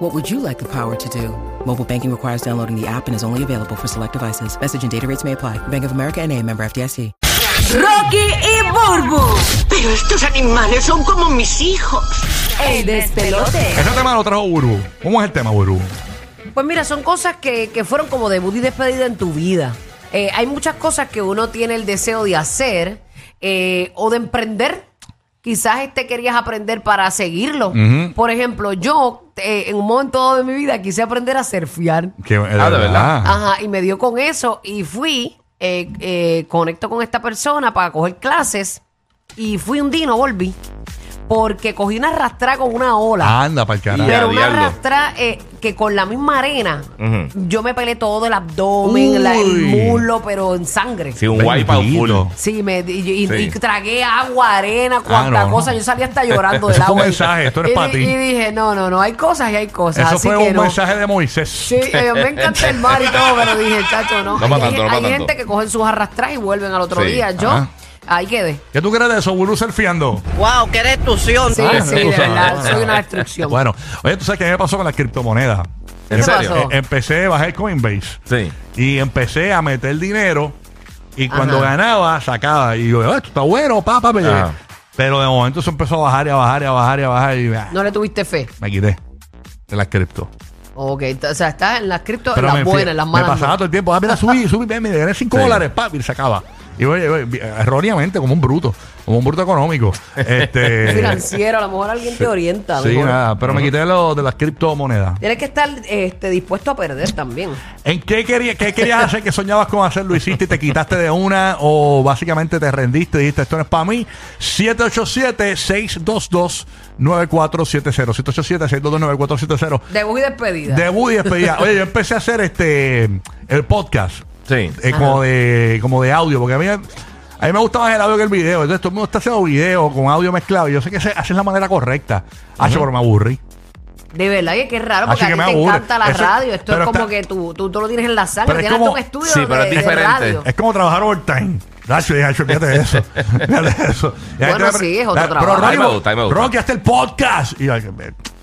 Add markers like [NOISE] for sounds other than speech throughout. What would you like the power to do? Mobile banking requires downloading the app and is only available for select devices. Message and data rates may apply. Bank of America and a member FDIC. Rocky y Burbu. Pero estos animales son como mis hijos. El despelote. Ese tema lo trajo Buru. ¿Cómo es el tema, Buru? Pues mira, son cosas que, que fueron como debut y despedida en tu vida. Eh, hay muchas cosas que uno tiene el deseo de hacer eh, o de emprender. Quizás este querías aprender para seguirlo. Por ejemplo, yo eh, en un momento dado de mi vida quise aprender a surfear. Que, ah, de verdad. Ajá, y me dio con eso y fui, eh, eh, conecto con esta persona para coger clases y fui un dino, volví, porque cogí una arrastrada con una ola. Ah. Anda, para el carajo. Ya, pero una diablo. arrastrada eh, que con la misma arena yo me pelé todo el abdomen, la- el Uy. muslo, pero en sangre. Sí, un wipeout full. Bendito. Sí, me, y, y- Sí. y tragué agua, arena, cuanta Ah, no. cosa. Yo salí hasta llorando del Eso fue un agua. mensaje, esto no es Y pa' di- ti. Y dije, no, no, no, hay cosas y hay cosas. Eso así fue que un no. mensaje de Moisés. Sí, eh, me encanta el mar y todo, pero dije, chacho, [LAUGHS] no. No hay pa' tanto, no pa' hay tanto. gente que cogen sus arrastras y vuelven al otro Sí, día. Yo, ajá. ahí quedé. ¿Qué tú crees de eso, Buru surfeando? Wow, qué destrucción. Sí, Ah, sí, tú de sabes. verdad, soy una destrucción. Bueno, oye, tú sabes qué me pasó con las criptomonedas. ¿Qué ¿En te serio? pasó? Eh, Empecé, bajé Coinbase Sí. y empecé a meter dinero y cuando Ajá. ganaba, sacaba. Y yo, "Ah, esto está bueno, papá. me- Ajá. Pero de momento eso empezó a bajar y a bajar y a bajar y a bajar y ah, No le tuviste fe. me quité de las cripto. Ok, t- o sea, estás en las cripto, en Pero las me, buenas, fui- en las me malas. pasaba no. todo el tiempo. Ah, [LAUGHS] mira, subí, subí, ven, me gané 5 Sí. dólares, papi, y se acaba. Y yo, yo, yo, erróneamente, como un bruto, como un bruto económico. [LAUGHS] este, Financiero, a lo mejor alguien te orienta. sí, mejor. nada, pero me quité de lo, de las criptomonedas. Tienes que estar este, dispuesto a perder también. ¿En qué, quería- qué querías hacer? ¿Qué soñabas con hacer? ¿Lo hiciste y te quitaste de una? ¿O básicamente te rendiste y dijiste esto no es para mí? 787-622-9470. 787-622-9470. Debut y despedida. Debut y despedida. Oye, yo empecé a hacer este el podcast. Sí. eh, como de como de audio, porque a mí a mí me gusta más el audio que el video. Entonces todo el mundo está haciendo video con audio mezclado. Y yo sé que esa esa es la manera correcta. Ah, yo, pero me aburrí. De verdad que es raro, Así porque que a ti me te aburre. encanta la Eso- radio. Esto es pero como está- que tú, tú, tú lo tienes en la sangre, Pero es tienes hasta como- un estudio sí, de, pero es de diferente. radio. Es como trabajar overtime. Nacho, dije, Nacho, [LAUGHS] fíjate de eso. Fíjate de eso. Y la Bueno, gente me- sí, es otro la- trabajo. Pero A mí me gusta, a Rocky, mí me gusta. Rocky, hasta el podcast. Y yo, eh,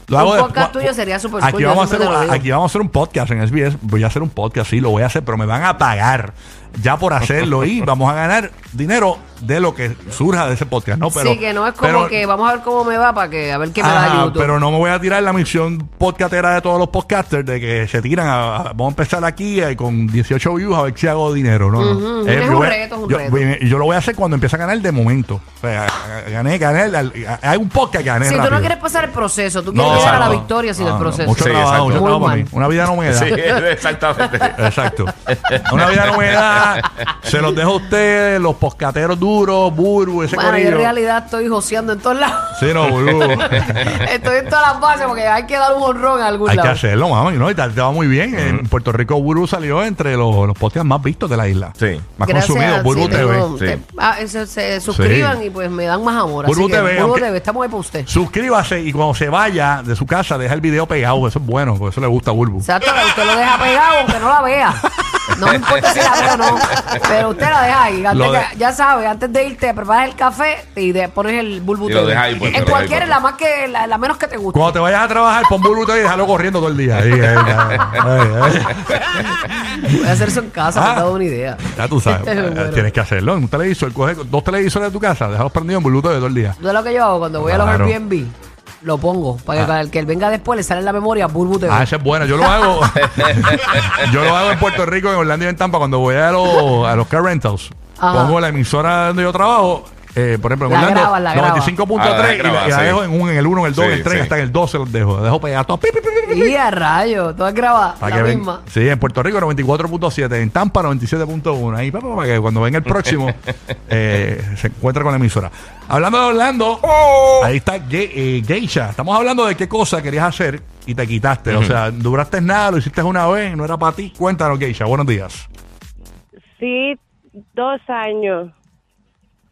lo Un hago podcast después. tuyo sería súper cool, aquí yo vamos, a siempre hacer, te lo un- digo. aquí vamos a hacer un podcast en SBS. Voy a hacer un podcast, sí, lo voy a hacer, pero me van a pagar ya por hacerlo y vamos a ganar dinero de lo que surja de ese podcast. No, pero, sí, que no es como pero- que vamos a ver cómo me va para que a ver qué me Ajá, da YouTube. Pero no me voy a tirar la misión podcastera de todos los podcasters de que se tiran a, a- vamos a empezar aquí eh, con 18 views a ver si hago dinero. No, no. Ujú, es yo un voy- reto, es un yo, reto. voy- yo lo voy a hacer cuando empiece a ganar de momento. O sea, gané, gané. la- la- Hay un podcast que gané. si tú no rápido. quieres pasar el proceso, tú No, quieres llegar a la exacto. victoria sin No, el no, proceso. Mucho Sí, trabajo, mucho exacto. Muy trabajo para mal. mí. Una vida no me da. Sí, [LAUGHS] exactamente. Exacto. Una vida no me da. Se los dejo a ustedes, los podcateros duros, Burbu, ese Bueno, yo en corillo. realidad estoy joseando en todos lados. [LAUGHS] Sí, no, Burbu. estoy en todas las bases porque hay que dar un honrón a algún Hay que lado. hacerlo, mami, ¿no? Y te, te va muy bien. En Puerto Rico, Buru salió entre los, los podcasts más vistos de la isla. Sí. Más Gracias, consumidos, Buru sí, TV. tengo- Sí. te- ah, eso, se suscriban y pues me dan más amor. Burbu así que, TV, Burbu aunque- TV, estamos ahí para usted. Suscríbase y cuando se vaya de su casa, deja el video pegado. Eso es bueno, porque eso le gusta a Burbu. Exacto, pero usted lo deja pegado aunque no la vea. No me importa si la vea o no, pero usted la deja ahí. Antes Lo de- que- ya sabes, antes de irte, preparas el café y de, pones el bulbo Y lo dejas ahí pues. puesto, En lo dejas cualquiera, ahí la, más que, la, la menos que te guste. Cuando te vayas a trabajar, pon Burbu TV y déjalo corriendo todo el día. Ahí, ahí, ahí, ahí, ahí. Voy a hacerse en casa, me Ah. ha dado una idea. Ya tú [LAUGHS] sabes, Este Eh, Bueno. tienes que hacerlo. En un televisor, coge dos televisores de tu casa, déjalos prendidos en Burbu TV todo el día. Yo lo que yo hago cuando voy a Claro. los Airbnb, lo pongo para que para el que él venga después le sale en la memoria Burbu TV. Ah, esa es buena. Yo lo hago. [LAUGHS] yo lo hago en Puerto Rico, en Orlando y en Tampa. Cuando voy a los, a los car rentals, Ajá. pongo la emisora donde yo trabajo. eh, por ejemplo, en La Orlando, grabas, la grabas. 95.3 Ah, la y la, grabas, y la sí. dejo en, un, en el 1, en el 2, en Sí, el 3, sí. hasta en el 12 los dejo. La dejo pegada todo, pi, pi, pi, pi, pi, y a rayo, todas grabadas, para la que ven- misma. Sí, en Puerto Rico 94.7, en Tampa 97.1. Ahí, pa, pa, para que cuando venga [LAUGHS] el próximo eh, se encuentre con la emisora. Hablando de Orlando, ¡Oh! ahí está Ge- eh, Geisha. Estamos hablando de qué cosa querías hacer y te quitaste. O sea, duraste nada, lo hiciste una vez, no era para ti. Cuéntanos, Geisha. Buenos días. Sí, dos años.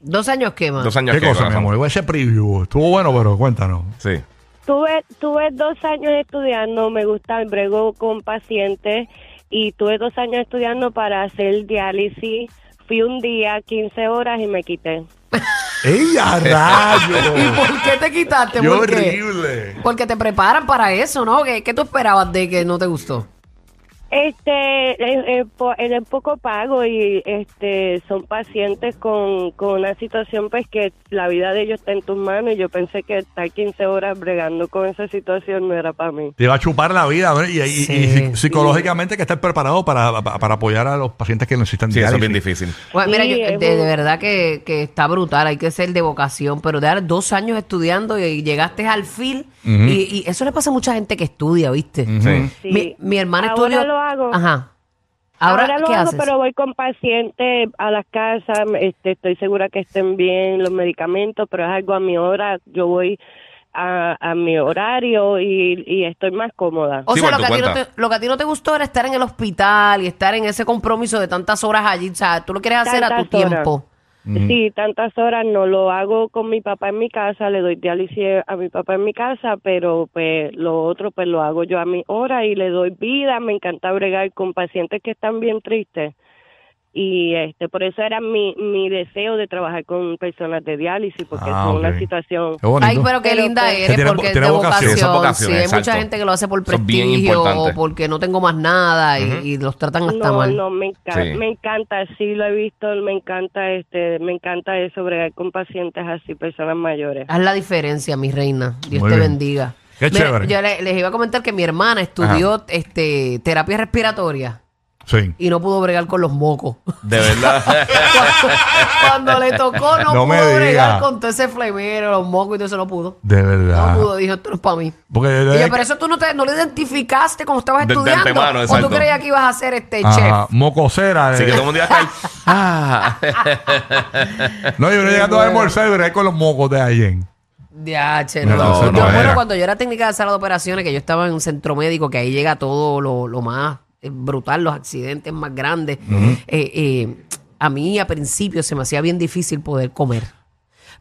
Dos años quema. Dos años ¿Qué que cosa, mi corazón. amor? Ese preview estuvo bueno, pero cuéntanos. Sí. Tuve, tuve dos años estudiando, me gusta, brego con pacientes y tuve dos años estudiando para hacer diálisis. Fui un día, 15 horas y me quité. ¡Ey, [LAUGHS] a ¿Y rayo! por qué te quitaste? ¡Qué ¿Por qué? horrible! Porque te preparan para eso, ¿no? ¿Qué, qué tú esperabas de que no te gustó? Este, eh, eh, po- él es poco pago y este son pacientes con, con una situación pues que la vida de ellos está en tus manos y yo pensé que estar 15 horas bregando con esa situación no era para mí. Te va a chupar la vida, ¿no? y, y- y- Sí. y psicológicamente que estés preparado para, para- para apoyar a los pacientes que necesitan Sí, eso es diálisis. bien difícil. Bueno, mira, Sí, yo- de, es de un- verdad que, que está brutal, hay que ser de vocación, pero dar dos años estudiando y llegaste al fil, y, y eso le pasa a mucha gente que estudia, ¿viste? Sí. Sí. Mi, mi hermana Ahora estudió... lo hago. Ajá. Ahora, Ahora, lo ¿qué hago, haces? pero voy con pacientes a las casas. Este, estoy segura que estén bien los medicamentos, pero es algo a mi hora. Yo voy a, a mi horario y, y estoy más cómoda. O Sí, sea, por lo tu que, a ti no cuenta. te, lo que a ti no te gustó era estar en el hospital y estar en ese compromiso de tantas horas allí. O sea, tú lo quieres hacer a tu Tantas horas. tiempo. Sí, tantas horas no lo hago con mi papá en mi casa, le doy diálisis a mi papá en mi casa, pero pues lo otro pues lo hago yo a mi hora y le doy vida, me encanta bregar con pacientes que están bien tristes. Y este, por eso era mi, mi deseo de trabajar con personas de diálisis, porque Ah, es ok. una situación Qué bonito. Ay, pero qué Pero, linda pues, eres, Tiene vo- porque es tiene de vocación. vocación. Sí, son sí, vocaciones, hay mucha exacto. gente que lo hace por Eso es bien prestigio importante. o porque no tengo más nada y, y los tratan hasta no, mal. No, me encanta, Sí. me encanta, sí lo he visto, me encanta este, me encanta eso, bregar con pacientes así, personas mayores. Haz la diferencia, mi reina. Dios Muy te bien. bendiga. Qué chévere. Yo le- les iba a comentar que mi hermana estudió este terapia respiratoria Sí. y no pudo bregar con los mocos. [LAUGHS] De verdad. [LAUGHS] Cuando le tocó, no, No me pudo bregar diga. Ah. con todo ese flemero, los mocos y todo eso, no pudo. De No verdad. pudo, dijo, esto no es para mí. Porque Y yo, desde- pero eso tú no, te, no lo identificaste cuando estabas De- de estudiando. antemano, o tú exacto. creías que ibas a ser este Ajá, mocosera. Así eh. que todo el mundo iba a [LAUGHS] estar. Ah. No, yo no llegando a almorzar y bregar con los mocos de alguien. chef. Ya, che, No, no. eso Yo no bueno, era. cuando yo era técnica de sala de operaciones, que yo estaba en un centro médico, que ahí llega todo lo, lo más eh, brutal, los accidentes más grandes. eh, eh, a mí, a principio, se me hacía bien difícil poder comer.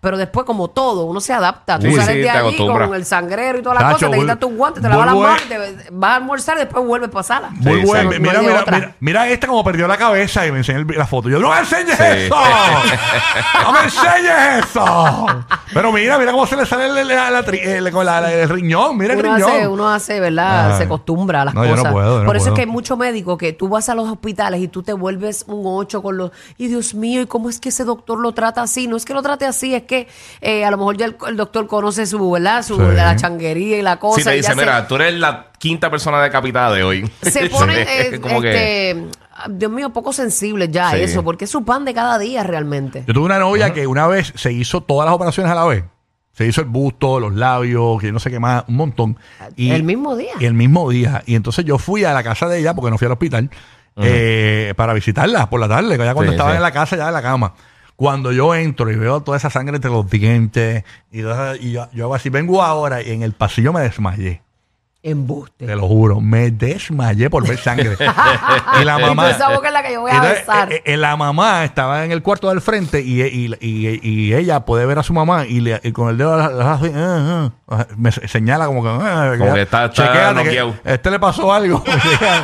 Pero después, como todo, uno se adapta. Tú Sí, sales sí, de te allí acostumbras. con el sangrero y todas las Tacho, cosas, te vuelve- quitas tus guantes, te lavas las vuelvo- manos, y te- vas a almorzar y después vuelves para sala. Muy Sí, bueno. sí. Mira, No hay de mira, otra. mira, mira este como perdió la cabeza y me enseñó el- la foto. Yo, no me enseñes eso. [LAUGHS] No me enseñes eso. Pero mira, mira cómo se le sale el, la- la tri- el- con la- la- el riñón. Mira el uno riñón. hace, uno hace, ¿verdad? Ay. Se acostumbra a las No, yo no cosas. puedo, yo no Por eso puedo. es que hay muchos médicos que tú vas a los hospitales y tú te vuelves un ocho con los. Y Dios mío, ¿y cómo es que ese doctor lo trata así? No es que lo trate así, es que eh, a lo mejor ya el, el doctor conoce su, ¿verdad? Su, Sí. La changuería y la cosa. Sí, te y ya dice, se- mira, tú eres la quinta persona decapitada de hoy. [LAUGHS] se ponen, eh, como que. este, ah, Dios mío, poco sensibles ya a Sí. eso, porque es su pan de cada día realmente. Yo tuve una novia que una vez se hizo todas las operaciones a la vez. Se hizo el busto, los labios, que no sé qué más, un montón. ¿El mismo día? El mismo día. Y entonces yo fui a la casa de ella, porque no fui al hospital, eh, para visitarla por la tarde, ya cuando Sí, estaba sí. en la casa, ya en la cama. Cuando yo entro y veo toda esa sangre entre los dientes, y, toda- y yo, yo hago así, vengo ahora, y en el pasillo me desmayé. Embuste. Te lo juro, me desmayé por ver [LAUGHS] sangre. y la Y tú, mamá. esa boca es la que yo voy a Entonces, besar. eh, eh, la mamá estaba en el cuarto del frente y, y- y- y ella puede ver a su mamá y, le- y con el dedo la- la- así, ah, ah, me se- señala como que. ah, Como que está- está chequéate que noqueado. este le pasó [LAUGHS] algo. [LAUGHS]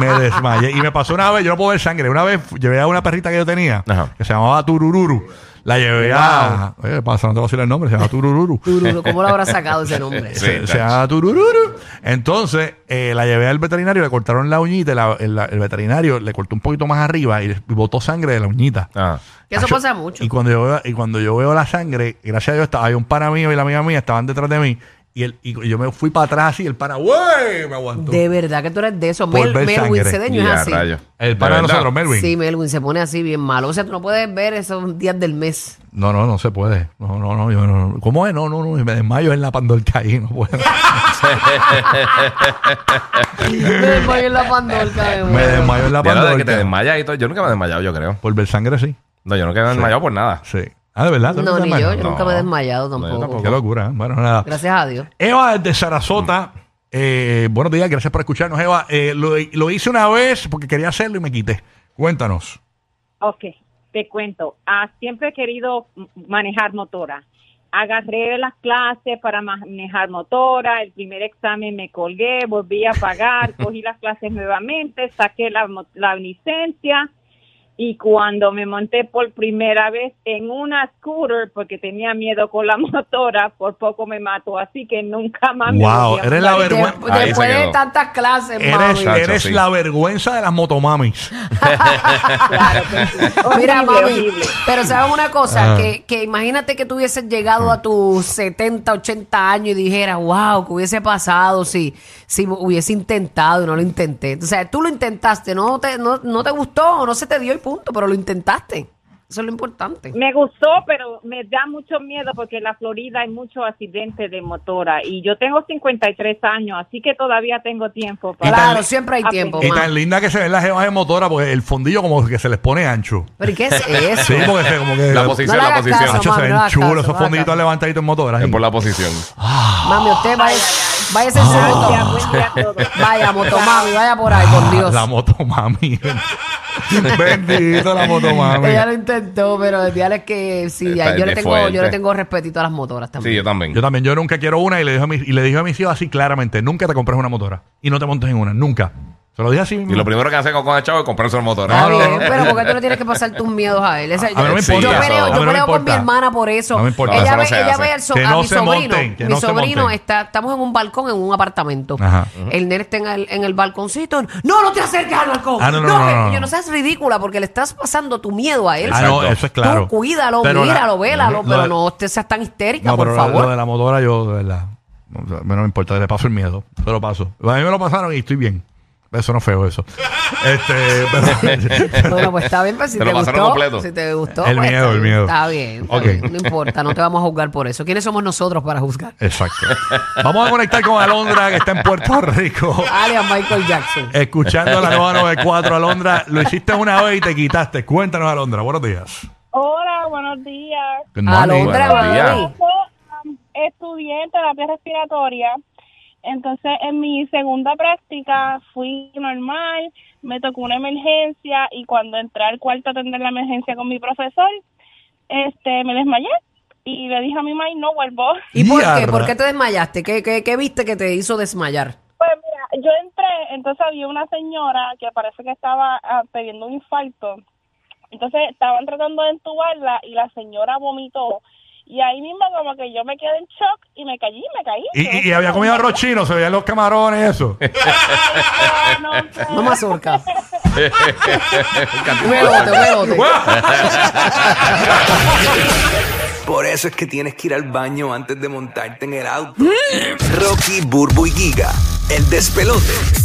me desmayé. Y me pasó una vez, yo no puedo ver sangre. Una vez llevé a una perrita que yo tenía Ajá. que se llamaba Turururu. La llevé a. Oye, pasa, no te voy a decir el nombre, se llama [LAUGHS] Turururu. Tururu, ¿Cómo lo habrá sacado ese nombre? Sí, Se, se tacho. llama Turururu. Entonces, eh, la llevé al veterinario, le cortaron la uñita, y la- el, el veterinario le cortó un poquito más arriba y, y botó sangre de la uñita. Ah. Que eso Acho, pasa mucho. Y cuando yo veo, y cuando yo veo la sangre, gracias a Dios, estaba, había un pana mío y la amiga mía estaban detrás de mí. Y, el, y yo me fui para atrás y el pana, ¡wey! Me aguantó. De verdad que tú eres de eso. Por Mel, ver Melwin sangre. Cedeño es Ya, así. rayo. el pana de verdad. nosotros, Melvin. Sí, Melwin se pone así bien malo. O sea, tú no puedes ver esos días del mes. No, no, no se puede. No, no, no, yo no. ¿Cómo es? No, no, no. y Me desmayo en la pandorca ahí, no puedo. Me desmayo en la pandorca. de me verdad. desmayo en la Ya lo de que te pandorca. desmayas y todo. Yo nunca me he desmayado, yo creo. Por ver sangre, sí. No, yo nunca me he desmayado [LAUGHS] por nada. Sí. Ah, de verdad. ¿Tú No, te ni yo. desmayas? Yo No. nunca me he desmayado No, yo tampoco. tampoco. Qué locura. ¿eh? Bueno, nada. Gracias a Dios. Eva desde Sarasota. eh, buenos días, gracias por escucharnos, Eva. Eh, lo, lo hice una vez porque quería hacerlo y me quité. Cuéntanos. Ok. te cuento, ah, siempre he querido m- manejar motora. Agarré las clases para manejar motora, el primer examen me colgué, volví a [LAUGHS] pagar, cogí las clases nuevamente, saqué la, mo- la licencia y cuando me monté por primera vez en una scooter porque tenía miedo con la [LAUGHS] motora, por poco me mató, así que nunca más me Wow, volví a eres la montar. De- vergüenza. Ahí se después de quedó. tantas clases, Eres, mami. Chacho, eres sí. la vergüenza de las motomamis. Claro que sí. Mira, Horrible, mami, horrible. pero sabes una cosa, Ah. que, que imagínate que tú hubieses llegado a tus 70, 80 años y dijeras, wow, que hubiese pasado si, si hubiese intentado y no lo intenté. O sea, tú lo intentaste, no te, no, no te gustó, no se te dio y punto, pero lo intentaste. Eso es lo importante. Me gustó, pero me da mucho miedo porque en la Florida hay muchos accidentes de motora y yo tengo 53 años, así que todavía tengo tiempo. Claro, siempre hay tiempo. Y ma. tan linda que se ven las jevas de motora porque el fondillo como que se les pone ancho. ¿Pero y qué es eso? Sí, porque se, Pues, como que... La posición, le la hagas posición. caso. Hacho, mami, se no ven hagas caso, chulos esos no hagas fonditos caso. levantaditos en motora. Es así. por la posición. Mami, usted vaya, váyase Ah. en su moto. [LAUGHS] Gracias, buen día a todos. Vaya, motomami, vaya por ahí, por Dios. Ah, [LAUGHS] La motomami. [LAUGHS] Bendito la motomami. Ella Este lo intentó, pero el diablo es que sí, Está yo le de tengo, fuerte. yo le tengo respetito a las motoras Sí, también. yo también. Yo también, yo nunca quiero una y le dije a mis, y le dije a mis hijos así claramente, nunca te compres una motora y no te montes en una, nunca. Se lo dije así. Y lo primero que hacen con el chavo es comprarse el motor. Está No, no, bien, [LAUGHS] no. pero porque tú le tienes que pasar tus miedos a él. Esa- A- a mí no me yo- importa yo eso. peleo, A yo mí no me peleo con mi importa. hermana por eso. No me importa. Ella, Eso no ve, se ella hace. ve al so- Que a no mi se sobrino. monten, que mi no se sobrino monten. está, estamos en un balcón, en un apartamento. Ajá. El nene está en el, en el balconcito. No, no te acerques al balcón. Ah, no, no, no, no, no. yo no seas ridícula porque le estás pasando tu miedo a él. Ah, no, eso es claro. Tú cuídalo, Pero la- míralo, vélalo, Ujú. pero Lo- no te seas tan histérica, No, por pero lo- favor. lo de la motora yo, de verdad, o sea, no me importa, le paso el miedo, se lo paso. A mí me lo pasaron y estoy bien. Eso no es feo [LAUGHS] eso. Este, [LAUGHS] pero- [LAUGHS] Bueno, pues está bien, pero si Te te, lo pasaron gustó, completo. si te gustó, El pues, miedo, está el bien, miedo. Está bien, está Ok. bien, no importa, no te vamos a juzgar por eso. ¿Quiénes somos nosotros para juzgar? Exacto. Vamos a conectar con Alondra que está en Puerto Rico. Alias Michael Jackson. Escuchando la [LAUGHS] nueva 94, Alondra, lo hiciste una vez y te quitaste. Cuéntanos, Alondra, buenos días. Hola, buenos días. Good morning. Alondra, Buenos días. mami. Yo um, estudié terapia respiratoria, entonces en mi segunda práctica fui normal, me tocó una emergencia y cuando entré al cuarto a atender la emergencia con mi profesor, este, me desmayé y le dije a mi mamá y no vuelvo. [LAUGHS] ¿Y por qué? Diarra. ¿Por qué te desmayaste? ¿Qué, qué, qué viste que te hizo desmayar? Pues mira, yo entré, entonces había una señora que parece que estaba ah, teniendo un infarto. Entonces estaban tratando de entubarla y la señora vomitó. Y ahí mismo como que yo me quedé en shock y me caí, me caí. Y, y- y había comido arroz chino, se veían los camarones, eso. Ah, no, pues, No mazorca. Cantito. Huevote, [LAUGHS] huevote. Por eso es que tienes que ir al baño antes de montarte en el auto. Rocky, Burbu y Giga, el despelote.